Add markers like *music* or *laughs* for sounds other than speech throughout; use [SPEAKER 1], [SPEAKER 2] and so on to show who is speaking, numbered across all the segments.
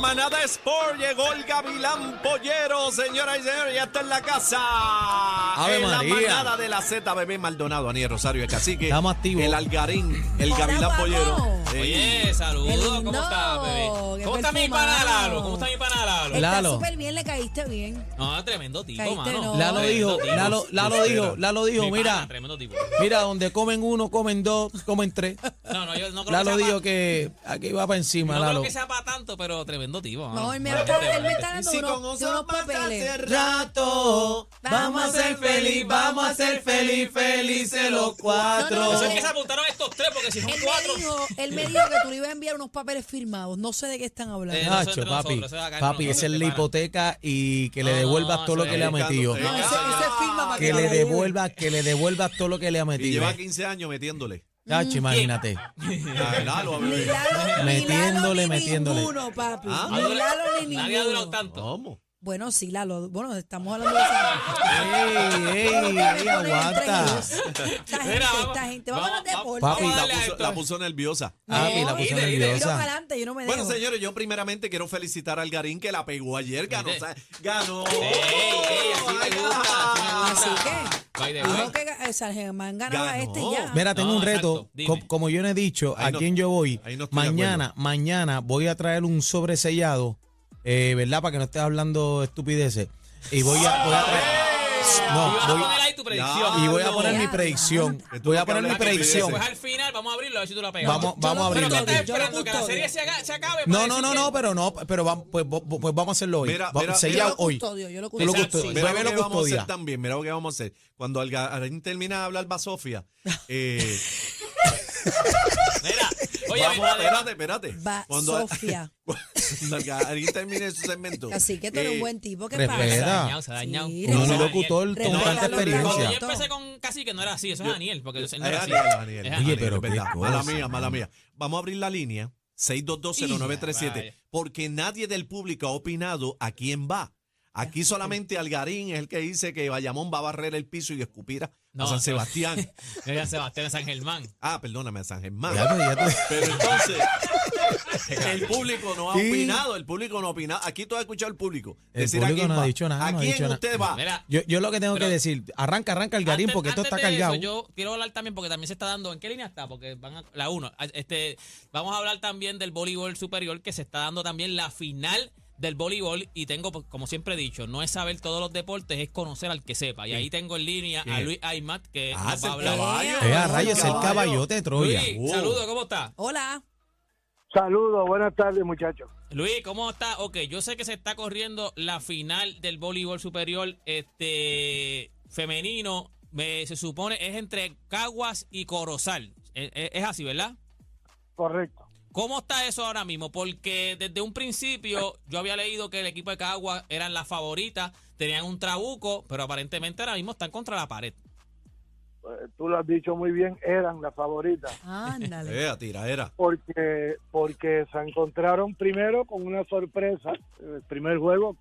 [SPEAKER 1] manada Sport. Llegó el Gavilán Pollero, señoras y señores, ya está en la casa.
[SPEAKER 2] Ave
[SPEAKER 1] en
[SPEAKER 2] María.
[SPEAKER 1] la manada de la Z, bebé Maldonado, Aniel Rosario, el cacique.
[SPEAKER 2] Estamos activos.
[SPEAKER 1] El Algarín, el
[SPEAKER 3] Hola,
[SPEAKER 1] Gavilán
[SPEAKER 3] guapo.
[SPEAKER 1] Pollero. Sí.
[SPEAKER 4] Oye,
[SPEAKER 3] Qué
[SPEAKER 4] saludos,
[SPEAKER 3] lindo,
[SPEAKER 4] ¿cómo estás, bebé?
[SPEAKER 3] qué
[SPEAKER 4] ¿Cómo está mi
[SPEAKER 3] perfumado.
[SPEAKER 4] pana Lalo? ¿Cómo está mi pana Lalo?
[SPEAKER 3] Está
[SPEAKER 2] Lalo.
[SPEAKER 3] súper bien, le caíste bien.
[SPEAKER 4] No, tremendo tipo,
[SPEAKER 3] Caíste,
[SPEAKER 4] mano.
[SPEAKER 3] no.
[SPEAKER 2] Lalo dijo,
[SPEAKER 4] Tremendo tipo.
[SPEAKER 2] Lalo, Lalo dijo, Lalo dijo,
[SPEAKER 4] Mi pana,
[SPEAKER 2] mira,
[SPEAKER 4] Tremendo tipo.
[SPEAKER 2] mira, donde comen uno, comen dos, comen tres.
[SPEAKER 4] No, no, *laughs* yo no creo
[SPEAKER 2] Lalo
[SPEAKER 4] que sea
[SPEAKER 2] dijo
[SPEAKER 4] pa-
[SPEAKER 2] que aquí va para encima,
[SPEAKER 4] No
[SPEAKER 2] Lalo.
[SPEAKER 4] creo que sea para tanto, pero tremendo tipo.
[SPEAKER 3] No, él me
[SPEAKER 4] Realmente,
[SPEAKER 3] está, él me está dando
[SPEAKER 4] realmente.
[SPEAKER 1] Si
[SPEAKER 3] unos-
[SPEAKER 1] con
[SPEAKER 3] de unos
[SPEAKER 1] osos vas a
[SPEAKER 3] papeles.
[SPEAKER 1] hacer
[SPEAKER 2] Rato,
[SPEAKER 3] vamos a ser feliz,
[SPEAKER 4] vamos a ser feliz, felices los
[SPEAKER 3] cuatro. No, no, no.
[SPEAKER 4] Eso es que se apuntaron estos tres, porque si son
[SPEAKER 3] Él
[SPEAKER 4] cuatro.
[SPEAKER 3] me, dijo, él me dijo que tú le ibas a enviar unos papeles firmados. No sé de qué están hablando.
[SPEAKER 4] Eh,
[SPEAKER 2] Nacho,
[SPEAKER 4] eso entre
[SPEAKER 2] papi,
[SPEAKER 4] nosotros, eso va a caer
[SPEAKER 2] papi,
[SPEAKER 4] con
[SPEAKER 2] esa es
[SPEAKER 4] nosotros,
[SPEAKER 2] la
[SPEAKER 4] este pana.
[SPEAKER 2] hipoteca y que le
[SPEAKER 4] No, no,
[SPEAKER 2] devuelvas
[SPEAKER 4] no,
[SPEAKER 2] todo lo
[SPEAKER 4] eso
[SPEAKER 2] que
[SPEAKER 4] es
[SPEAKER 2] le ha metido.
[SPEAKER 3] No, ese,
[SPEAKER 1] Ah.
[SPEAKER 3] ese firma para
[SPEAKER 2] Que
[SPEAKER 3] cada
[SPEAKER 2] le
[SPEAKER 3] uno.
[SPEAKER 2] devuelvas, que le devuelvas todo lo que le ha
[SPEAKER 1] Y
[SPEAKER 2] metido.
[SPEAKER 1] lleva 15 años metiéndole.
[SPEAKER 2] Nacho, imagínate.
[SPEAKER 3] *laughs*
[SPEAKER 1] A Lalo, a
[SPEAKER 3] Ni
[SPEAKER 1] bebé.
[SPEAKER 3] Lalo, ni
[SPEAKER 2] Metiéndole,
[SPEAKER 3] Lalo, ni
[SPEAKER 2] metiéndole.
[SPEAKER 3] Ninguno, papi.
[SPEAKER 1] Ah.
[SPEAKER 3] Ni Lalo ni
[SPEAKER 4] Nadie ha durado
[SPEAKER 3] ninguno.
[SPEAKER 4] tanto.
[SPEAKER 1] ¿Cómo?
[SPEAKER 3] Bueno, sí, Lalo. Bueno, estamos hablando de esa.
[SPEAKER 2] ¡Ey, ey, ey, aguanta!
[SPEAKER 3] Esta gente,
[SPEAKER 4] Mira, vamos-
[SPEAKER 3] esta gente.
[SPEAKER 4] vamos-
[SPEAKER 3] Vámonos de
[SPEAKER 4] vamos-
[SPEAKER 3] deporte.
[SPEAKER 2] Papi,
[SPEAKER 4] vamos a
[SPEAKER 1] La
[SPEAKER 4] darle a
[SPEAKER 1] puso,
[SPEAKER 4] esto.
[SPEAKER 1] la puso nerviosa.
[SPEAKER 2] Ah, y la
[SPEAKER 3] No,
[SPEAKER 2] puso
[SPEAKER 4] y de- y de-
[SPEAKER 3] Tiro para
[SPEAKER 2] nerviosa.
[SPEAKER 3] adelante, yo no me
[SPEAKER 1] Bueno,
[SPEAKER 3] dejo.
[SPEAKER 1] señores, yo primeramente quiero felicitar al Garín que la pegó ayer, ganó.
[SPEAKER 4] Mire.
[SPEAKER 1] ¿sabes? Ganó.
[SPEAKER 4] ey, así me
[SPEAKER 1] Ay,
[SPEAKER 4] gusta, así
[SPEAKER 3] Así
[SPEAKER 4] me gusta.
[SPEAKER 3] que.
[SPEAKER 4] By the way.
[SPEAKER 3] Dijo que ga- eh, San Germán ganaba
[SPEAKER 1] Ganó.
[SPEAKER 3] este y ya.
[SPEAKER 2] Mira, tengo
[SPEAKER 4] No,
[SPEAKER 2] un reto.
[SPEAKER 4] exacto, dime.
[SPEAKER 2] Co- como yo no he dicho
[SPEAKER 1] Ah, Ahí
[SPEAKER 2] a
[SPEAKER 1] no-
[SPEAKER 2] quién yo voy,
[SPEAKER 1] ahí no estoy de
[SPEAKER 2] mañana, mañana voy a traer un sobre sellado, eh, ¿verdad? Para que no estés hablando estupideces. Y voy a, voy a traer.
[SPEAKER 4] Y vas a
[SPEAKER 2] No, voy,
[SPEAKER 4] poner ahí tu predicción.
[SPEAKER 2] y voy a poner mi
[SPEAKER 3] Ya,
[SPEAKER 2] predicción.
[SPEAKER 1] ya.
[SPEAKER 2] Voy a poner mi
[SPEAKER 1] Para que
[SPEAKER 2] predicción.
[SPEAKER 4] Después al final vamos a abrirlo, a ver si tú la pegas.
[SPEAKER 2] Vamos,
[SPEAKER 3] Yo
[SPEAKER 2] vamos a
[SPEAKER 3] lo
[SPEAKER 4] Pero que
[SPEAKER 2] abrirlo.
[SPEAKER 3] custodio,
[SPEAKER 4] estás
[SPEAKER 3] yo lo
[SPEAKER 4] esperando que la
[SPEAKER 3] custodio.
[SPEAKER 4] serie se, haga- se acabe. pues, para
[SPEAKER 2] No, no,
[SPEAKER 4] decir
[SPEAKER 2] no,
[SPEAKER 4] que-
[SPEAKER 2] no, pero no, pero vamos, pues, vo- vo- pues vamos a hacerlo hoy.
[SPEAKER 1] Mira,
[SPEAKER 2] Vamos-
[SPEAKER 1] mira,
[SPEAKER 3] Yo
[SPEAKER 2] sellado
[SPEAKER 3] lo
[SPEAKER 2] hoy.
[SPEAKER 3] custodio, yo lo
[SPEAKER 2] Tú lo
[SPEAKER 3] custodio.
[SPEAKER 4] Exacto.
[SPEAKER 2] custodio.
[SPEAKER 1] Mira lo
[SPEAKER 2] Bebé lo
[SPEAKER 1] que vamos a hacer
[SPEAKER 2] custodia.
[SPEAKER 1] también, mira lo que vamos a hacer. Cuando Algarín termina de hablar va
[SPEAKER 3] *laughs*
[SPEAKER 1] Sofía, eh,
[SPEAKER 4] Mira, oye,
[SPEAKER 1] vamos,
[SPEAKER 4] mira,
[SPEAKER 1] espérate, espérate.
[SPEAKER 3] Va,
[SPEAKER 1] Cuando-
[SPEAKER 3] Sofía.
[SPEAKER 1] *laughs* Cuando Algarín termine su segmento.
[SPEAKER 3] Así que tú eres
[SPEAKER 1] eh,
[SPEAKER 3] un buen tipo. ¿Qué
[SPEAKER 4] Se ha
[SPEAKER 2] respeta.
[SPEAKER 3] pasa?
[SPEAKER 4] dañado, se ha dañado.
[SPEAKER 3] Sí,
[SPEAKER 2] No, no,
[SPEAKER 3] Daniel.
[SPEAKER 2] locutor,
[SPEAKER 3] Respeta
[SPEAKER 2] con tanta
[SPEAKER 3] a los
[SPEAKER 4] Cuando yo
[SPEAKER 2] experiencia.
[SPEAKER 3] locutores.
[SPEAKER 4] empecé con Casi que no era así, eso es Daniel, porque él no
[SPEAKER 1] es
[SPEAKER 4] era así.
[SPEAKER 1] Daniel, es Daniel,
[SPEAKER 4] Es
[SPEAKER 1] es
[SPEAKER 4] Daniel.
[SPEAKER 2] Oye, pero
[SPEAKER 1] es
[SPEAKER 2] qué
[SPEAKER 1] verdad.
[SPEAKER 2] cosa,
[SPEAKER 1] Mala mía,
[SPEAKER 2] mano.
[SPEAKER 1] mala mía. Vamos a abrir la línea 6220937
[SPEAKER 4] Vaya.
[SPEAKER 1] porque nadie del público ha opinado a quién va. Aquí solamente Algarín es el que dice que Bayamón va a barrer el piso y escupir a
[SPEAKER 4] No,
[SPEAKER 1] San
[SPEAKER 4] no. *laughs*
[SPEAKER 1] Sebastián.
[SPEAKER 4] Era Sebastián de San Germán.
[SPEAKER 1] Ah, perdóname, a San Germán.
[SPEAKER 2] Ya te-
[SPEAKER 1] *laughs*
[SPEAKER 2] ya te- *laughs*
[SPEAKER 1] Pero entonces, el público no ha
[SPEAKER 2] Sí.
[SPEAKER 1] opinado, el público no ha opinado. Aquí tú has escuchado al público.
[SPEAKER 2] El
[SPEAKER 1] decir a
[SPEAKER 2] público
[SPEAKER 1] quién
[SPEAKER 2] no ha
[SPEAKER 1] va.
[SPEAKER 2] dicho nada,
[SPEAKER 1] ¿A
[SPEAKER 2] no ha
[SPEAKER 1] quién
[SPEAKER 2] dicho nada.
[SPEAKER 1] usted va?
[SPEAKER 4] Mira,
[SPEAKER 2] Yo, yo lo que tengo
[SPEAKER 4] Pero-
[SPEAKER 2] que decir, arranca, arranca el garín
[SPEAKER 4] Antes-
[SPEAKER 2] porque esto está
[SPEAKER 4] antes de
[SPEAKER 2] cargado.
[SPEAKER 4] eso, yo quiero hablar también porque también se está dando. ¿En qué línea está? Porque van a, la 1. Este, vamos a hablar también del voleibol superior que se está dando también la final del voleibol y tengo, pues, como siempre he dicho, no es saber todos los deportes, es conocer al que sepa. Y ahí tengo en línea a
[SPEAKER 1] Sí.
[SPEAKER 4] Luis Aymat que
[SPEAKER 1] Ah,
[SPEAKER 4] nos
[SPEAKER 1] es el
[SPEAKER 4] va a hablar.
[SPEAKER 1] caballo.
[SPEAKER 3] Eh,
[SPEAKER 2] Eh, a
[SPEAKER 3] Ay,
[SPEAKER 2] rayos, el
[SPEAKER 1] caballo.
[SPEAKER 2] caballote de Troya.
[SPEAKER 4] Luis,
[SPEAKER 1] Wow.
[SPEAKER 4] saludos, ¿cómo estás?
[SPEAKER 3] Hola.
[SPEAKER 5] Saludos, buenas tardes muchachos.
[SPEAKER 4] Luis, ¿cómo está? Ok, yo sé que se está corriendo la final del voleibol superior este femenino. Me, se supone es entre Caguas y Corozal. Eh, eh, es así, ¿verdad?
[SPEAKER 5] Correcto.
[SPEAKER 4] ¿Cómo está eso ahora mismo? Porque desde un principio yo había leído que el equipo de Caguas eran las favoritas, tenían un trabuco, pero aparentemente ahora mismo están contra la pared.
[SPEAKER 5] Eh, Tú lo has dicho muy bien, eran las favoritas.
[SPEAKER 3] Ándale.
[SPEAKER 1] Eh, a tiradera.
[SPEAKER 5] Porque, porque se encontraron primero con una sorpresa. El primer juego,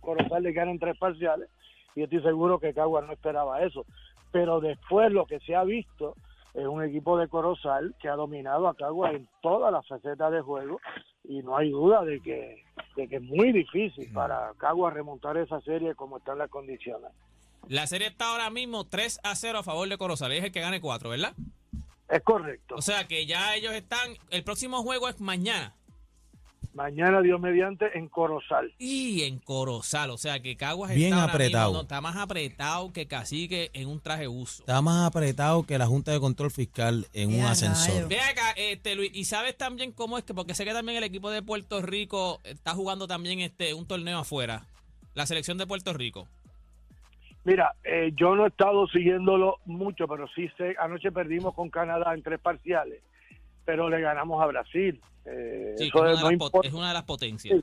[SPEAKER 5] Corozal le ganan tres parciales. Y estoy seguro que Caguas no esperaba eso. Pero después lo que se ha visto es un equipo de Corozal que ha dominado a Caguas en todas las facetas de juego. Y no hay duda de que, de que es muy difícil para Caguas remontar esa serie como están las condiciones.
[SPEAKER 4] La serie está ahora mismo 3 a 0 a favor de Corozal, es el que gane 4, ¿verdad?
[SPEAKER 5] Es correcto.
[SPEAKER 4] O sea que ya ellos están, el próximo juego es mañana.
[SPEAKER 5] Mañana, Dios mediante, en Corozal.
[SPEAKER 4] Y en Corozal, o sea que Caguas
[SPEAKER 2] Bien
[SPEAKER 4] está ahora
[SPEAKER 2] apretado.
[SPEAKER 4] mismo, no, está más apretado que Cacique en un traje uso.
[SPEAKER 2] Está más apretado que la Junta de Control Fiscal en un
[SPEAKER 3] Ya,
[SPEAKER 2] ascensor.
[SPEAKER 3] rayo.
[SPEAKER 4] Ve acá, este Luis, y sabes también cómo es que, porque sé que también el equipo de Puerto Rico está jugando también este un torneo afuera, la selección de Puerto Rico.
[SPEAKER 5] Mira, eh, yo no he estado siguiéndolo mucho, pero sí sé, anoche perdimos con Canadá en tres parciales, pero le ganamos a Brasil. Eh,
[SPEAKER 4] Sí,
[SPEAKER 5] eso
[SPEAKER 4] que es,
[SPEAKER 5] no,
[SPEAKER 4] una de las pot-
[SPEAKER 5] importa,
[SPEAKER 4] es una de las potencias.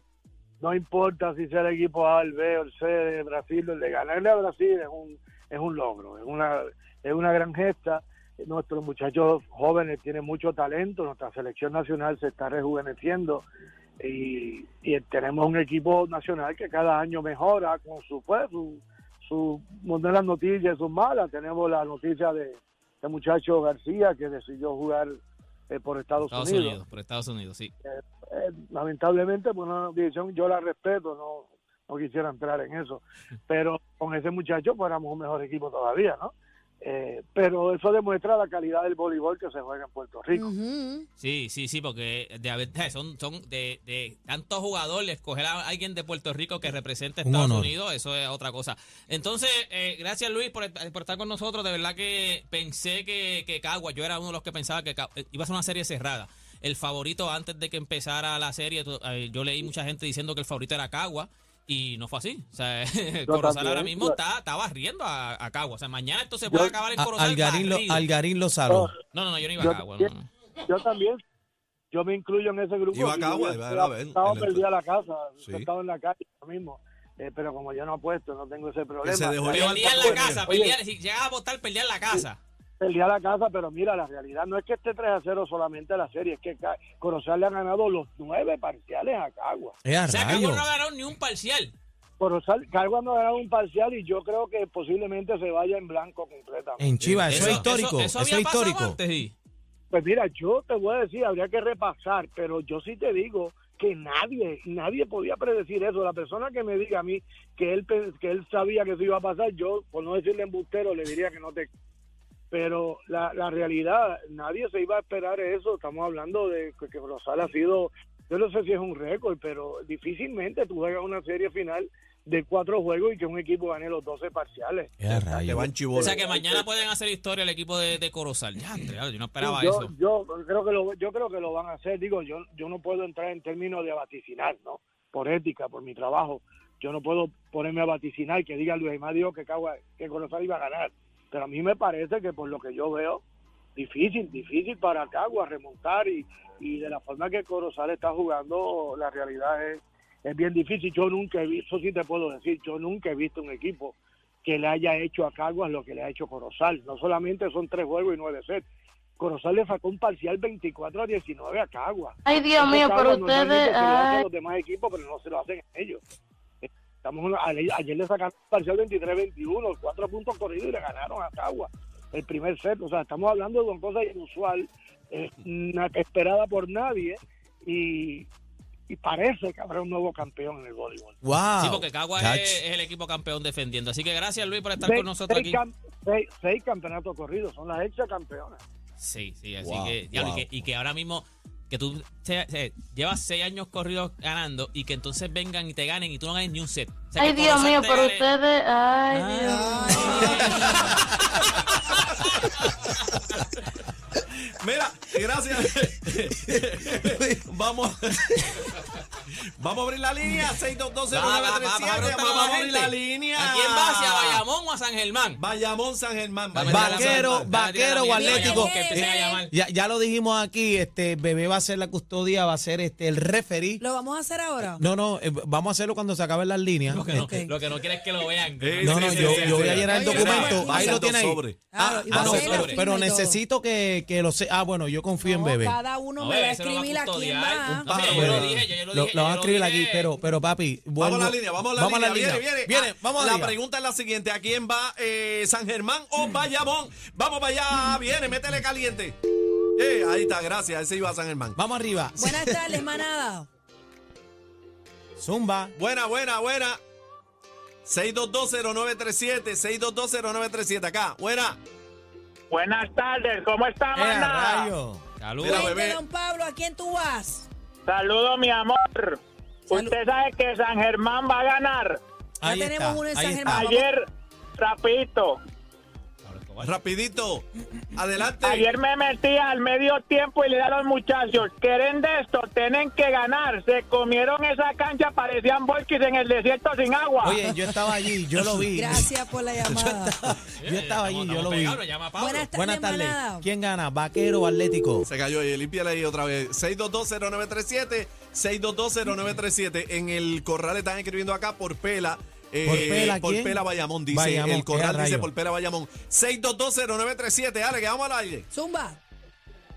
[SPEAKER 5] no importa si sea el equipo A, el B o el C de Brasil, el de ganarle a Brasil es un, es un logro, es una, es una gran gesta. Nuestros muchachos jóvenes tienen mucho talento, nuestra selección nacional se está rejuveneciendo y, y tenemos un equipo nacional que cada año mejora con su pues, su, su buenas noticias y sus malas. Tenemos la noticia de este muchacho García que decidió jugar eh, por Estados,
[SPEAKER 4] Estados
[SPEAKER 5] Unidos.
[SPEAKER 4] Unidos, por Estados Unidos, sí.
[SPEAKER 5] Eh, lamentablemente, por una decisión, yo la respeto, no, no quisiera entrar en
[SPEAKER 1] *laughs*
[SPEAKER 5] eso, pero con ese muchacho fuéramos un mejor equipo todavía, ¿no? Eh, pero eso demuestra la calidad del voleibol que se juega en Puerto Rico.
[SPEAKER 3] Ujú.
[SPEAKER 4] Sí, sí, sí, porque de, haber- *laughs* son, son de, de tantos jugadores, escoger a alguien de Puerto Rico que represente a
[SPEAKER 2] Un
[SPEAKER 4] Estados
[SPEAKER 2] honor.
[SPEAKER 4] Unidos, eso es otra cosa. Entonces, eh, gracias Luis por, est- por estar con nosotros. De verdad que pensé que, que Cagua, yo era uno de los que pensaba que Ca- eh, iba a ser una serie cerrada. El favorito antes de que empezara la serie, tú- eh, yo leí mucha gente diciendo que el favorito era Cagua. Y no fue así. O sea, *laughs* Corozal
[SPEAKER 5] también,
[SPEAKER 4] ahora mismo
[SPEAKER 5] yo-
[SPEAKER 4] está, está barriendo a, a Cagua. O sea, mañana esto se puede
[SPEAKER 5] Yo-
[SPEAKER 4] acabar en
[SPEAKER 2] A-
[SPEAKER 4] Corozal.
[SPEAKER 2] Algarín, lo,
[SPEAKER 4] barrido.
[SPEAKER 2] Algarín Lozano.
[SPEAKER 5] Oh.
[SPEAKER 4] no, no, no, yo no iba
[SPEAKER 5] Yo-
[SPEAKER 4] a Cagua. no, no.
[SPEAKER 5] Yo también, yo me incluyo en ese grupo.
[SPEAKER 1] Iba a Cagua,
[SPEAKER 5] Yo
[SPEAKER 1] iba a ver, a ver,
[SPEAKER 5] estaba
[SPEAKER 1] el-
[SPEAKER 5] perdido a la casa,
[SPEAKER 1] Sí.
[SPEAKER 5] estaba en la calle ahora mismo. Eh, pero como yo no apuesto, no tengo ese problema.
[SPEAKER 1] se dejó
[SPEAKER 5] Ahí-
[SPEAKER 1] llevar
[SPEAKER 4] Pelear en
[SPEAKER 1] Oye,
[SPEAKER 4] la casa,
[SPEAKER 5] oye.
[SPEAKER 4] pelear, si llegas a votar, pelear en la casa.
[SPEAKER 5] perdí a la casa, pero mira, la realidad no es que esté 3 a 0 solamente a la serie, es que Ca- Corozal le ha ganado los nueve parciales a Cagua.
[SPEAKER 2] Es a
[SPEAKER 4] O sea, Cagua
[SPEAKER 2] rayos.
[SPEAKER 4] no ha ganado ni un parcial.
[SPEAKER 5] Corozal, Cagua no ha ganado un parcial y yo creo que posiblemente se vaya en blanco completamente.
[SPEAKER 2] En Chivas, eso, es histórico. Eso,
[SPEAKER 4] Eso, había
[SPEAKER 2] es
[SPEAKER 4] pasado
[SPEAKER 2] histórico.
[SPEAKER 4] antes, sí.
[SPEAKER 5] Pues mira, yo te voy a decir, habría que repasar, pero yo sí te digo que nadie, nadie podía predecir eso. La persona que me diga a mí que él, pe- que él sabía que eso iba a pasar, yo, por no decirle embustero, le diría que no te... Pero la, la realidad, nadie se iba a esperar eso. Estamos hablando de que, que Rosal ha sido, yo no sé si es un récord, pero difícilmente tú juegas una serie final de cuatro juegos y que un equipo gane los 12 parciales.
[SPEAKER 2] Es a
[SPEAKER 1] Te
[SPEAKER 2] rayos.
[SPEAKER 1] van
[SPEAKER 4] O
[SPEAKER 1] chibolos.
[SPEAKER 4] sea, que mañana pueden hacer historia el equipo de, de Corozal. Ya, Andrea, yo no esperaba
[SPEAKER 5] Sí, yo,
[SPEAKER 4] eso.
[SPEAKER 5] Yo creo que lo, yo creo que lo van a hacer. Digo, yo, yo no puedo entrar en términos de vaticinar, ¿no? Por ética, por mi trabajo. Yo no puedo ponerme a vaticinar que diga Luis Aymar dijo que Cagua, que Corozal iba a ganar. Pero a mí me parece que por lo que yo veo, difícil, difícil para Cagua remontar y, y de la forma que Corozal está jugando, la realidad es, es bien difícil. Yo nunca he visto, eso sí te puedo decir, yo nunca he visto un equipo que le haya hecho a Caguas lo que le ha hecho Corozal. No solamente son tres juegos y nueve sets. Corozal le sacó un parcial 24 a 19 a Caguas.
[SPEAKER 6] Ay, Dios
[SPEAKER 5] Eso
[SPEAKER 6] mío, pero
[SPEAKER 5] Caguas normalmente
[SPEAKER 6] ustedes.
[SPEAKER 5] se lo hace a
[SPEAKER 6] ay.
[SPEAKER 5] los demás equipos, pero no se lo hacen a ellos. Estamos en- ayer, ayer le sacaron un parcial 23-21, cuatro puntos corridos y le ganaron a Caguas el primer set. O sea, estamos hablando de una cosa inusual, eh, na- esperada por nadie y, y parece que habrá un nuevo campeón en el voleibol.
[SPEAKER 2] Wow.
[SPEAKER 4] Sí, porque Cagua
[SPEAKER 2] Chach.
[SPEAKER 4] es, es el equipo campeón defendiendo. Así que gracias, Luis, por estar
[SPEAKER 5] Seis-
[SPEAKER 4] con nosotros
[SPEAKER 5] seis
[SPEAKER 4] aquí.
[SPEAKER 5] cam- seis- seis campeonatos corridos, son las ex campeonas.
[SPEAKER 4] Sí, sí, así
[SPEAKER 2] Wow,
[SPEAKER 4] que, diablo,
[SPEAKER 2] wow.
[SPEAKER 4] y que. y que ahora mismo, que tú se- se- llevas seis años corridos ganando y que entonces vengan y te ganen y tú no ganes ni un set. O sea,
[SPEAKER 6] Ay,
[SPEAKER 4] que
[SPEAKER 6] Dios
[SPEAKER 4] Corozal
[SPEAKER 6] mío,
[SPEAKER 4] te
[SPEAKER 6] pero
[SPEAKER 4] gane- *laughs*
[SPEAKER 6] ustedes. Ay, Dios
[SPEAKER 3] Ay,
[SPEAKER 1] Mira,
[SPEAKER 4] *laughs*
[SPEAKER 1] gracias. vamos. Vamos a abrir la línea. 6220937.
[SPEAKER 4] Va, va, va, va, va,
[SPEAKER 1] Vamos
[SPEAKER 4] pregunta a
[SPEAKER 1] a
[SPEAKER 4] la
[SPEAKER 1] abrir la
[SPEAKER 4] gente.
[SPEAKER 1] línea.
[SPEAKER 4] ¿A quién vas? ¿Si ¿A Bayamón o a San Germán?
[SPEAKER 1] Bayamón San Germán.
[SPEAKER 4] Dame
[SPEAKER 1] Bayamón,
[SPEAKER 4] la-
[SPEAKER 2] Vaquero,
[SPEAKER 1] San Germán.
[SPEAKER 4] dame la-
[SPEAKER 2] vaquero o
[SPEAKER 4] dame la-
[SPEAKER 2] atlético.
[SPEAKER 4] Que empiecen a llamar.
[SPEAKER 2] Ya, ya lo dijimos aquí, este bebé va a ser la custodia, va a ser este el referí.
[SPEAKER 3] ¿Lo vamos a hacer ahora?
[SPEAKER 2] No, no, eh, vamos a hacerlo cuando se acaben las líneas. Este,
[SPEAKER 4] Lo que, no,
[SPEAKER 3] Ok.
[SPEAKER 4] lo que no quiere es que lo vean.
[SPEAKER 1] Eh,
[SPEAKER 2] No, no, yo- yo voy a llenar el
[SPEAKER 1] Oye, va-
[SPEAKER 2] documento.
[SPEAKER 1] va
[SPEAKER 2] Ahí lo
[SPEAKER 1] dando
[SPEAKER 2] tiene ahí.
[SPEAKER 1] sobre.
[SPEAKER 3] Claro, y va
[SPEAKER 2] Ah,
[SPEAKER 3] a
[SPEAKER 2] no,
[SPEAKER 3] ser la
[SPEAKER 2] pero,
[SPEAKER 3] firma
[SPEAKER 2] pero
[SPEAKER 3] y todo.
[SPEAKER 2] necesito que, que lo se- Ah, bueno, yo confío en
[SPEAKER 3] No,
[SPEAKER 2] bebé.
[SPEAKER 3] Cada uno
[SPEAKER 4] No,
[SPEAKER 3] me va a
[SPEAKER 4] ese lo va a
[SPEAKER 3] escribir a quién
[SPEAKER 4] custodiar.
[SPEAKER 3] va.
[SPEAKER 4] No,
[SPEAKER 2] Ah,
[SPEAKER 4] yo
[SPEAKER 2] bueno.
[SPEAKER 4] lo dije, yo- yo lo
[SPEAKER 2] Lo-
[SPEAKER 4] dije,
[SPEAKER 2] lo
[SPEAKER 4] yo
[SPEAKER 2] van a
[SPEAKER 4] lo
[SPEAKER 2] escribir aquí,
[SPEAKER 4] dije.
[SPEAKER 2] pero, pero papi,
[SPEAKER 1] Vamos a la
[SPEAKER 2] vuelvo-
[SPEAKER 1] línea, vamos a la
[SPEAKER 2] vamos
[SPEAKER 1] línea.
[SPEAKER 2] a la línea.
[SPEAKER 1] Viene, viene.
[SPEAKER 2] Viene,
[SPEAKER 1] Ah,
[SPEAKER 2] vamos a
[SPEAKER 1] La
[SPEAKER 2] la línea.
[SPEAKER 1] pregunta es la siguiente: ¿a quién va eh, San Germán o Bayamón? Vamos para allá, viene, métele caliente. Eh, ahí está, gracias. Ese iba a San Germán.
[SPEAKER 2] Vamos arriba.
[SPEAKER 3] Buenas tardes, manada.
[SPEAKER 2] Zumba.
[SPEAKER 1] Buena, buena, buena. 6220937, 6220937, acá. Buena.
[SPEAKER 7] Buenas tardes, ¿cómo está,
[SPEAKER 2] Eh, a
[SPEAKER 7] manada?
[SPEAKER 2] rayo.
[SPEAKER 4] Saludos.
[SPEAKER 1] Mira,
[SPEAKER 3] Vente,
[SPEAKER 1] bebé.
[SPEAKER 3] don Pablo, ¿a quién tú vas?
[SPEAKER 7] Saludo, mi amor.
[SPEAKER 3] Salud.
[SPEAKER 7] Usted sabe que San Germán va a ganar.
[SPEAKER 3] Ya
[SPEAKER 2] Ahí
[SPEAKER 3] tenemos
[SPEAKER 2] está,
[SPEAKER 3] uno en
[SPEAKER 2] ahí
[SPEAKER 3] San
[SPEAKER 2] está.
[SPEAKER 3] Germán.
[SPEAKER 7] Ayer, rapidito,
[SPEAKER 1] Rapidito. Adelante.
[SPEAKER 7] ayer me metí al medio tiempo y le dije a los muchachos, quieren de esto, tienen que ganar. Se comieron esa cancha, parecían bolquis en el desierto sin agua.
[SPEAKER 2] Oye, yo estaba allí, yo lo vi.
[SPEAKER 3] Gracias por la llamada.
[SPEAKER 2] *laughs* Yo estaba allí, yo lo vi.
[SPEAKER 3] Buenas tardes,
[SPEAKER 2] Buenas tardes.
[SPEAKER 3] manada.
[SPEAKER 2] ¿Quién gana? ¿Vaquero o Atlético?
[SPEAKER 1] Se cayó y límpiala ahí otra vez. 6220937, 6220937. En el corral están escribiendo acá por pela. eh,
[SPEAKER 2] ¿Por pela
[SPEAKER 1] por
[SPEAKER 2] quién?
[SPEAKER 1] pela Bayamón, dice.
[SPEAKER 2] Bayamón,
[SPEAKER 1] el corral
[SPEAKER 2] qué
[SPEAKER 1] dice
[SPEAKER 2] rayo.
[SPEAKER 1] por pela Bayamón. 6220937, dale, que vamos al aire.
[SPEAKER 3] Zumba.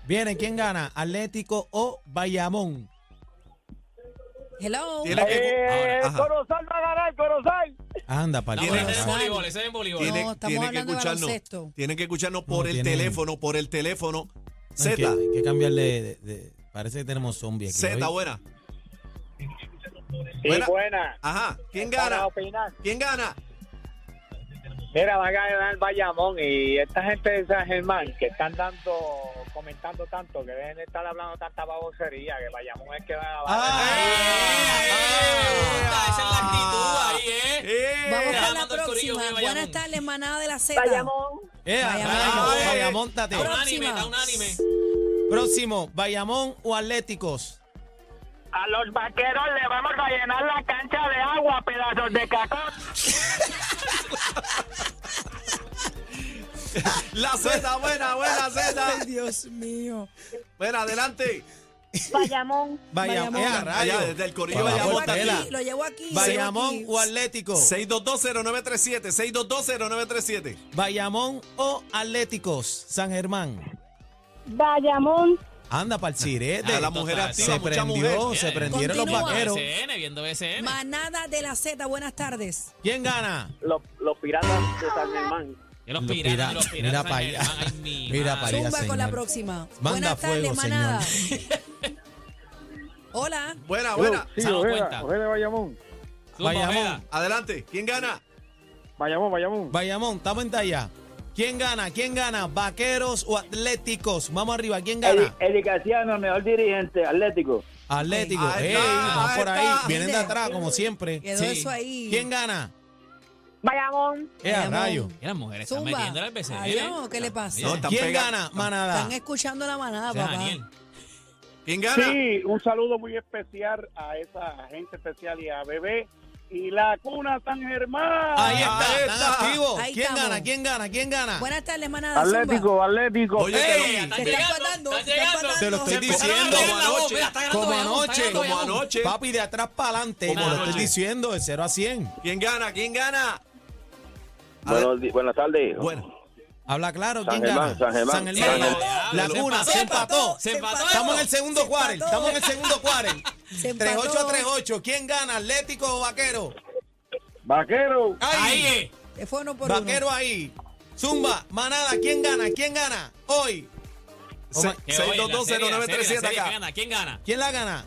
[SPEAKER 2] Viene, ¿quién gana? ¿Atlético o Bayamón?
[SPEAKER 3] Hello.
[SPEAKER 1] Tiene que.
[SPEAKER 5] Eh,
[SPEAKER 1] Ahora, ajá.
[SPEAKER 5] Corozal va a ganar, Corozal.
[SPEAKER 2] Anda, para
[SPEAKER 4] No,
[SPEAKER 1] Tiene-
[SPEAKER 4] ese es voleibol, ese es en voleibol.
[SPEAKER 1] Tienen,
[SPEAKER 3] estamos
[SPEAKER 1] tienen que
[SPEAKER 3] hablando de
[SPEAKER 1] escucharnos.
[SPEAKER 3] baloncesto.
[SPEAKER 1] Tienen que escucharnos por
[SPEAKER 2] No,
[SPEAKER 1] el
[SPEAKER 2] tienen-
[SPEAKER 1] teléfono, por el teléfono.
[SPEAKER 2] Hay que,
[SPEAKER 1] Z.
[SPEAKER 2] hay que cambiarle. de- de- parece que tenemos zombies. aquí,
[SPEAKER 1] Z,
[SPEAKER 2] ¿no?
[SPEAKER 1] buena.
[SPEAKER 7] Sí,
[SPEAKER 1] Buena.
[SPEAKER 7] buena.
[SPEAKER 1] Ajá. ¿Quién
[SPEAKER 7] Para
[SPEAKER 1] gana?
[SPEAKER 7] opinar.
[SPEAKER 1] ¿Quién gana?
[SPEAKER 7] Mira, va a ganar Bayamón y esta gente de San Germán que están dando, comentando tanto, que deben estar hablando tanta babosería, que Bayamón es que va a
[SPEAKER 2] Ah.
[SPEAKER 4] Ah, Eh, Esa es la actitud ahí, ¿eh?
[SPEAKER 3] Vamos
[SPEAKER 4] Te
[SPEAKER 3] con
[SPEAKER 4] mando
[SPEAKER 3] la
[SPEAKER 4] el corillo,
[SPEAKER 3] próxima.
[SPEAKER 4] viva Bayamón.
[SPEAKER 3] Buenas tardes, manada de la Z.
[SPEAKER 6] Bayamón.
[SPEAKER 2] Eh,
[SPEAKER 3] Vaya,
[SPEAKER 2] Bayamón,
[SPEAKER 1] vaya.
[SPEAKER 2] Bayamón, montate.
[SPEAKER 4] Está unánime,
[SPEAKER 3] Próxima.
[SPEAKER 4] está unánime.
[SPEAKER 2] Próximo, Bayamón o Atléticos.
[SPEAKER 7] A los vaqueros le vamos a llenar la cancha de agua, pedazos de cacón.
[SPEAKER 1] La Z, buena,
[SPEAKER 4] *laughs*
[SPEAKER 1] buena Z.
[SPEAKER 3] Ay, Dios mío.
[SPEAKER 1] Buena, adelante.
[SPEAKER 6] Bayamón.
[SPEAKER 2] Bayamón,
[SPEAKER 3] Bayamón.
[SPEAKER 2] eh, a rayos.
[SPEAKER 1] Allá, desde el Corillo
[SPEAKER 2] Por
[SPEAKER 3] Lo
[SPEAKER 1] Bayamón,
[SPEAKER 3] llevo
[SPEAKER 2] favor,
[SPEAKER 1] está
[SPEAKER 3] aquí,
[SPEAKER 2] tela.
[SPEAKER 1] aquí.
[SPEAKER 3] lo llevo aquí.
[SPEAKER 2] Bayamón
[SPEAKER 3] lo llevo
[SPEAKER 2] o
[SPEAKER 3] aquí.
[SPEAKER 2] Atléticos.
[SPEAKER 1] 6220937, 6220937.
[SPEAKER 2] Bayamón o Atléticos, San Germán.
[SPEAKER 6] Bayamón.
[SPEAKER 2] Anda para el cirete.
[SPEAKER 1] A la mujer
[SPEAKER 4] total,
[SPEAKER 1] activa,
[SPEAKER 2] se
[SPEAKER 1] mucha
[SPEAKER 2] prendió,
[SPEAKER 1] mujer.
[SPEAKER 2] Oh, se
[SPEAKER 4] Bien.
[SPEAKER 2] prendieron
[SPEAKER 3] Continúa.
[SPEAKER 2] los vaqueros.
[SPEAKER 4] BCN, viendo BCN.
[SPEAKER 3] Manada de la Z, buenas tardes.
[SPEAKER 2] ¿Quién gana?
[SPEAKER 5] Los, piratas de San Germán.
[SPEAKER 4] Y los
[SPEAKER 2] Los
[SPEAKER 4] piratas,
[SPEAKER 2] piratas.
[SPEAKER 4] y los
[SPEAKER 2] Mira
[SPEAKER 4] piratas.
[SPEAKER 2] pa' allá.
[SPEAKER 4] Germán, ay, mi
[SPEAKER 2] Mira
[SPEAKER 4] madre.
[SPEAKER 2] pa' allá. Vaya,
[SPEAKER 3] Zumba con la
[SPEAKER 2] señor.
[SPEAKER 3] próxima.
[SPEAKER 2] Manda
[SPEAKER 3] buenas tardes,
[SPEAKER 2] fuego,
[SPEAKER 3] manada. *laughs* Hola.
[SPEAKER 1] Buena, buena.
[SPEAKER 5] Sí,
[SPEAKER 4] Sano
[SPEAKER 5] Ojeda,
[SPEAKER 4] cuenta.
[SPEAKER 5] Ojeda de Bayamón.
[SPEAKER 4] Zumba,
[SPEAKER 2] Bayamón.
[SPEAKER 4] Ojeda.
[SPEAKER 1] Adelante. ¿Quién gana?
[SPEAKER 5] Bayamón, Bayamón.
[SPEAKER 2] Bayamón, estamos en talla. ¿Quién gana? ¿Quién gana? ¿Vaqueros o Atléticos? Vamos arriba, ¿quién gana?
[SPEAKER 5] Casiano, mejor dirigente, Atlético.
[SPEAKER 2] Atléticos.
[SPEAKER 1] Ahí
[SPEAKER 2] Ey,
[SPEAKER 1] está,
[SPEAKER 2] vamos
[SPEAKER 1] ahí
[SPEAKER 2] por ahí.
[SPEAKER 1] está.
[SPEAKER 2] Vienen de
[SPEAKER 3] Mire.
[SPEAKER 2] atrás, como siempre.
[SPEAKER 3] Quedó eso ahí.
[SPEAKER 2] ¿Quién gana?
[SPEAKER 6] Bayamón.
[SPEAKER 2] Eh, a
[SPEAKER 3] Bayamón.
[SPEAKER 2] rayo.
[SPEAKER 4] Y las mujeres están
[SPEAKER 3] Zumba.
[SPEAKER 4] metiéndole al BCN.
[SPEAKER 3] Adiós, ¿qué le pasa?
[SPEAKER 4] Mira,
[SPEAKER 1] No, están
[SPEAKER 2] ¿Quién
[SPEAKER 1] pega-
[SPEAKER 2] gana?
[SPEAKER 1] están-
[SPEAKER 2] Manada.
[SPEAKER 3] Están escuchando la manada,
[SPEAKER 4] ese es
[SPEAKER 3] papá.
[SPEAKER 4] Daniel.
[SPEAKER 1] ¿Quién gana?
[SPEAKER 5] Sí, un saludo muy especial a esa gente especial y a Bebé y la cuna San Germán.
[SPEAKER 2] Ahí
[SPEAKER 1] Ahí
[SPEAKER 2] está,
[SPEAKER 1] está.
[SPEAKER 2] están activos.
[SPEAKER 3] Ahí
[SPEAKER 2] ¿Quién
[SPEAKER 3] estamos.
[SPEAKER 2] gana? ¿Quién gana? ¿Quién gana?
[SPEAKER 3] Buenas tardes, manada. Zumba.
[SPEAKER 5] Atlético, Atlético.
[SPEAKER 1] Oye,
[SPEAKER 2] Ey,
[SPEAKER 1] que no-
[SPEAKER 4] Están
[SPEAKER 3] Te están
[SPEAKER 4] llegando,
[SPEAKER 3] matando,
[SPEAKER 4] están
[SPEAKER 3] te están
[SPEAKER 4] llegando.
[SPEAKER 3] matando.
[SPEAKER 2] Te lo estoy
[SPEAKER 1] Se empezaron
[SPEAKER 2] diciendo.
[SPEAKER 1] a beber la voz,
[SPEAKER 4] mira, está ganando
[SPEAKER 2] Como
[SPEAKER 4] Bayamón,
[SPEAKER 2] anoche.
[SPEAKER 4] está ganando
[SPEAKER 1] Como
[SPEAKER 4] Bayamón.
[SPEAKER 1] anoche.
[SPEAKER 2] Papi, de atrás para adelante. Como
[SPEAKER 4] Como
[SPEAKER 2] lo estoy
[SPEAKER 4] anoche.
[SPEAKER 2] diciendo, de 0 a 100.
[SPEAKER 1] ¿Quién gana? ¿Quién gana? Adel-
[SPEAKER 8] Buenos di- buenas tardes.
[SPEAKER 1] Bueno.
[SPEAKER 2] Habla claro,
[SPEAKER 8] San
[SPEAKER 2] ¿quién
[SPEAKER 8] Germán,
[SPEAKER 2] gana?
[SPEAKER 8] San Germán.
[SPEAKER 4] San
[SPEAKER 2] San Germán.
[SPEAKER 4] Germán.
[SPEAKER 2] La
[SPEAKER 1] Se
[SPEAKER 2] cuna
[SPEAKER 4] empató,
[SPEAKER 2] se empató.
[SPEAKER 4] se empató.
[SPEAKER 2] Estamos en el segundo
[SPEAKER 3] Se
[SPEAKER 2] cuarto.
[SPEAKER 3] empató.
[SPEAKER 2] Estamos en el segundo cuarto.
[SPEAKER 3] Se empató.
[SPEAKER 2] 3838. ¿Quién gana? ¿Atlético o Vaquero?
[SPEAKER 5] Vaquero.
[SPEAKER 4] Ahí
[SPEAKER 2] Ahí.
[SPEAKER 4] es.
[SPEAKER 3] Te fue uno por
[SPEAKER 2] Vaquero ahí. Zumba, manada, ¿quién gana? ¿Quién gana? Hoy.
[SPEAKER 1] Se-
[SPEAKER 2] Oh my-
[SPEAKER 4] Que oye, la serie, la serie, la
[SPEAKER 1] 6220937
[SPEAKER 4] serie, ¿quién
[SPEAKER 1] acá.
[SPEAKER 4] gana? ¿Quién gana?
[SPEAKER 2] ¿Quién la gana?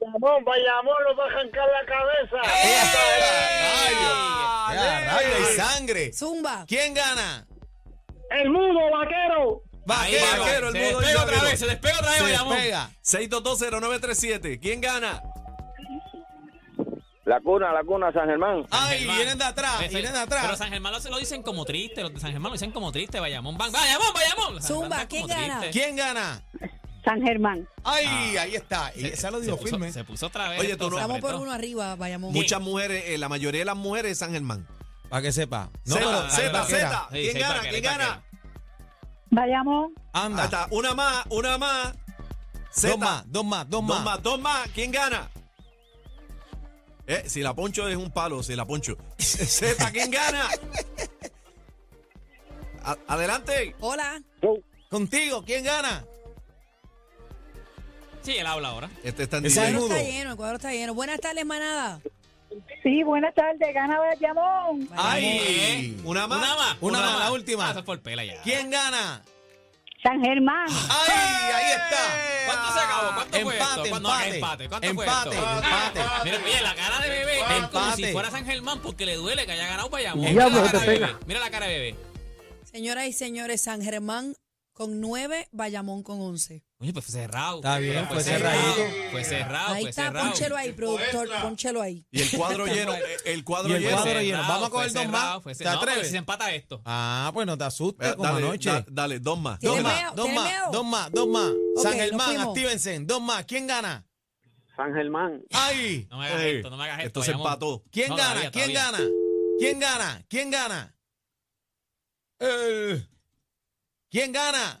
[SPEAKER 7] Bayamón, Bayamón, los va a arrancar la
[SPEAKER 4] ¡Eh!
[SPEAKER 7] cabeza.
[SPEAKER 1] ¡Eh!
[SPEAKER 2] ¡Ay, ya, rayos, hay sangre!
[SPEAKER 3] uno. Zumba.
[SPEAKER 2] ¿Quién gana?
[SPEAKER 7] El mudo, vaquero.
[SPEAKER 2] Vaquero.
[SPEAKER 4] Ahí va.
[SPEAKER 1] vaquero, el
[SPEAKER 4] se
[SPEAKER 1] mudo y
[SPEAKER 4] despega otra
[SPEAKER 1] vaquero.
[SPEAKER 4] vez, se despega otra vez,
[SPEAKER 2] Se
[SPEAKER 4] Bayamón.
[SPEAKER 2] pega.
[SPEAKER 1] 6220937. ¿Quién gana?
[SPEAKER 8] La cuna, la cuna, San Germán.
[SPEAKER 4] San
[SPEAKER 2] ¡Ay,
[SPEAKER 4] Germán.
[SPEAKER 2] vienen de atrás!
[SPEAKER 4] Ese-
[SPEAKER 2] ¡Vienen de
[SPEAKER 4] Pero
[SPEAKER 2] atrás!
[SPEAKER 4] San Germán lo, se lo dicen como triste, los de San Germán lo dicen como triste, Bayamón, van, Bayamón, Bayamón. San
[SPEAKER 3] Zumba,
[SPEAKER 4] Germán está
[SPEAKER 3] ¿quién
[SPEAKER 4] como
[SPEAKER 3] gana?
[SPEAKER 4] triste.
[SPEAKER 2] ¿Quién gana?
[SPEAKER 6] San Germán.
[SPEAKER 2] ¡Ay,
[SPEAKER 1] Ah.
[SPEAKER 2] ahí está!
[SPEAKER 1] Eh,
[SPEAKER 2] Y esa lo
[SPEAKER 4] Se
[SPEAKER 2] dijo
[SPEAKER 4] puso-
[SPEAKER 2] firme.
[SPEAKER 4] Se puso otra vez.
[SPEAKER 1] Oye,
[SPEAKER 4] esto
[SPEAKER 1] tú no-
[SPEAKER 4] se
[SPEAKER 3] Estamos por
[SPEAKER 4] apretó.
[SPEAKER 3] uno arriba, Bayamón.
[SPEAKER 1] Muchas mujeres, eh, la mayoría de las mujeres es San Germán.
[SPEAKER 2] Para que sepa.
[SPEAKER 1] Zeta,
[SPEAKER 2] pero-
[SPEAKER 1] Zeta,
[SPEAKER 2] vaquera.
[SPEAKER 1] Zeta.
[SPEAKER 4] Sí,
[SPEAKER 1] ¿Quién
[SPEAKER 4] sí,
[SPEAKER 1] gana?
[SPEAKER 4] vaquera,
[SPEAKER 1] ¿Quién
[SPEAKER 4] vaquera.
[SPEAKER 1] gana?
[SPEAKER 6] Bayamón.
[SPEAKER 1] Ahí
[SPEAKER 2] Anda.
[SPEAKER 1] está. Una más, una más. Zeta.
[SPEAKER 2] Dos más, dos más, dos
[SPEAKER 1] Dos
[SPEAKER 2] más.
[SPEAKER 1] más, dos más. ¿Quién gana? Eh, si la poncho es un palo, si la poncho. *laughs* Z, ¿quién
[SPEAKER 2] *laughs*
[SPEAKER 1] gana? A- adelante.
[SPEAKER 3] Hola.
[SPEAKER 2] Contigo, ¿quién gana?
[SPEAKER 4] Sí, él habla ahora.
[SPEAKER 1] Este está en
[SPEAKER 2] Ese
[SPEAKER 1] DJ.
[SPEAKER 2] es
[SPEAKER 3] El cuadro está
[SPEAKER 2] Menudo.
[SPEAKER 3] lleno, el cuadro está lleno. Buenas tardes, manada.
[SPEAKER 6] Sí, buenas tardes. Gana Bayamón.
[SPEAKER 2] ¡Ay!
[SPEAKER 1] ¿eh? Una más.
[SPEAKER 4] Una más.
[SPEAKER 2] Una más, la última.
[SPEAKER 4] Ah, eso es por pela ya.
[SPEAKER 2] ¿Quién gana?
[SPEAKER 6] San Germán.
[SPEAKER 2] ¡Ay! Ahí está.
[SPEAKER 4] ¿Cuánto se acabó? ¿Cuánto fue esto?
[SPEAKER 2] Empate,
[SPEAKER 4] ¿Cuánto-
[SPEAKER 2] empate.
[SPEAKER 4] empate. ¿Cuánto
[SPEAKER 2] Empate,
[SPEAKER 4] fue esto? Ah.
[SPEAKER 2] empate.
[SPEAKER 4] Mira, mira, la cara de bebé es como
[SPEAKER 2] Empate.
[SPEAKER 4] si fuera San Germán porque le duele que haya ganado Bayamón. Mira
[SPEAKER 2] Diablo,
[SPEAKER 4] la cara de bebé. Mira la cara de bebé.
[SPEAKER 3] Señoras y señores, San Germán con 9, Bayamón con 11.
[SPEAKER 4] Oye, pues fue cerrado.
[SPEAKER 2] Está bien,
[SPEAKER 4] Fue
[SPEAKER 2] fue
[SPEAKER 4] cerrado.
[SPEAKER 2] cerradito.
[SPEAKER 4] Fue
[SPEAKER 2] Ah,
[SPEAKER 4] cerrado,
[SPEAKER 3] Ahí
[SPEAKER 4] fue
[SPEAKER 2] pues
[SPEAKER 3] está,
[SPEAKER 4] cerrado.
[SPEAKER 3] ponchelo ahí, productor, ponchelo ahí.
[SPEAKER 1] Y el
[SPEAKER 2] *laughs*
[SPEAKER 1] cuadro lleno. eh, El
[SPEAKER 2] Y
[SPEAKER 1] cuadro
[SPEAKER 2] el
[SPEAKER 1] lleno.
[SPEAKER 2] cuadro
[SPEAKER 4] Fue
[SPEAKER 2] lleno.
[SPEAKER 4] cerrado,
[SPEAKER 2] Vamos a coger
[SPEAKER 4] fue
[SPEAKER 2] dos más.
[SPEAKER 4] cerrado, fue
[SPEAKER 2] ¿Te
[SPEAKER 4] cerrado. No, porque
[SPEAKER 2] atreves?
[SPEAKER 4] Si se empata esto.
[SPEAKER 2] Ah, pues no te asustes
[SPEAKER 1] Eh,
[SPEAKER 2] como
[SPEAKER 1] Dale,
[SPEAKER 2] anoche.
[SPEAKER 1] da- dale, dos más.
[SPEAKER 3] ¿Tiene
[SPEAKER 2] Dos
[SPEAKER 1] Dos
[SPEAKER 3] ¿Tienes
[SPEAKER 1] más.
[SPEAKER 2] más,
[SPEAKER 3] miedo?
[SPEAKER 2] dos
[SPEAKER 3] ¿Tienes miedo?
[SPEAKER 2] más, dos más, dos más. San
[SPEAKER 3] nos
[SPEAKER 2] Germán,
[SPEAKER 3] fuimos.
[SPEAKER 2] actívense. Dos más. ¿Quién gana?
[SPEAKER 5] San Germán.
[SPEAKER 2] ¡Ay!
[SPEAKER 4] No me hagas
[SPEAKER 1] Ey,
[SPEAKER 4] esto, no me hagas esto.
[SPEAKER 1] Esto se
[SPEAKER 4] Bayamón.
[SPEAKER 1] empató.
[SPEAKER 2] ¿Quién
[SPEAKER 4] No,
[SPEAKER 2] gana?
[SPEAKER 4] todavía,
[SPEAKER 2] ¿Quién
[SPEAKER 4] todavía.
[SPEAKER 2] gana? ¿Quién gana? ¿Quién gana? El- ¿Quién gana?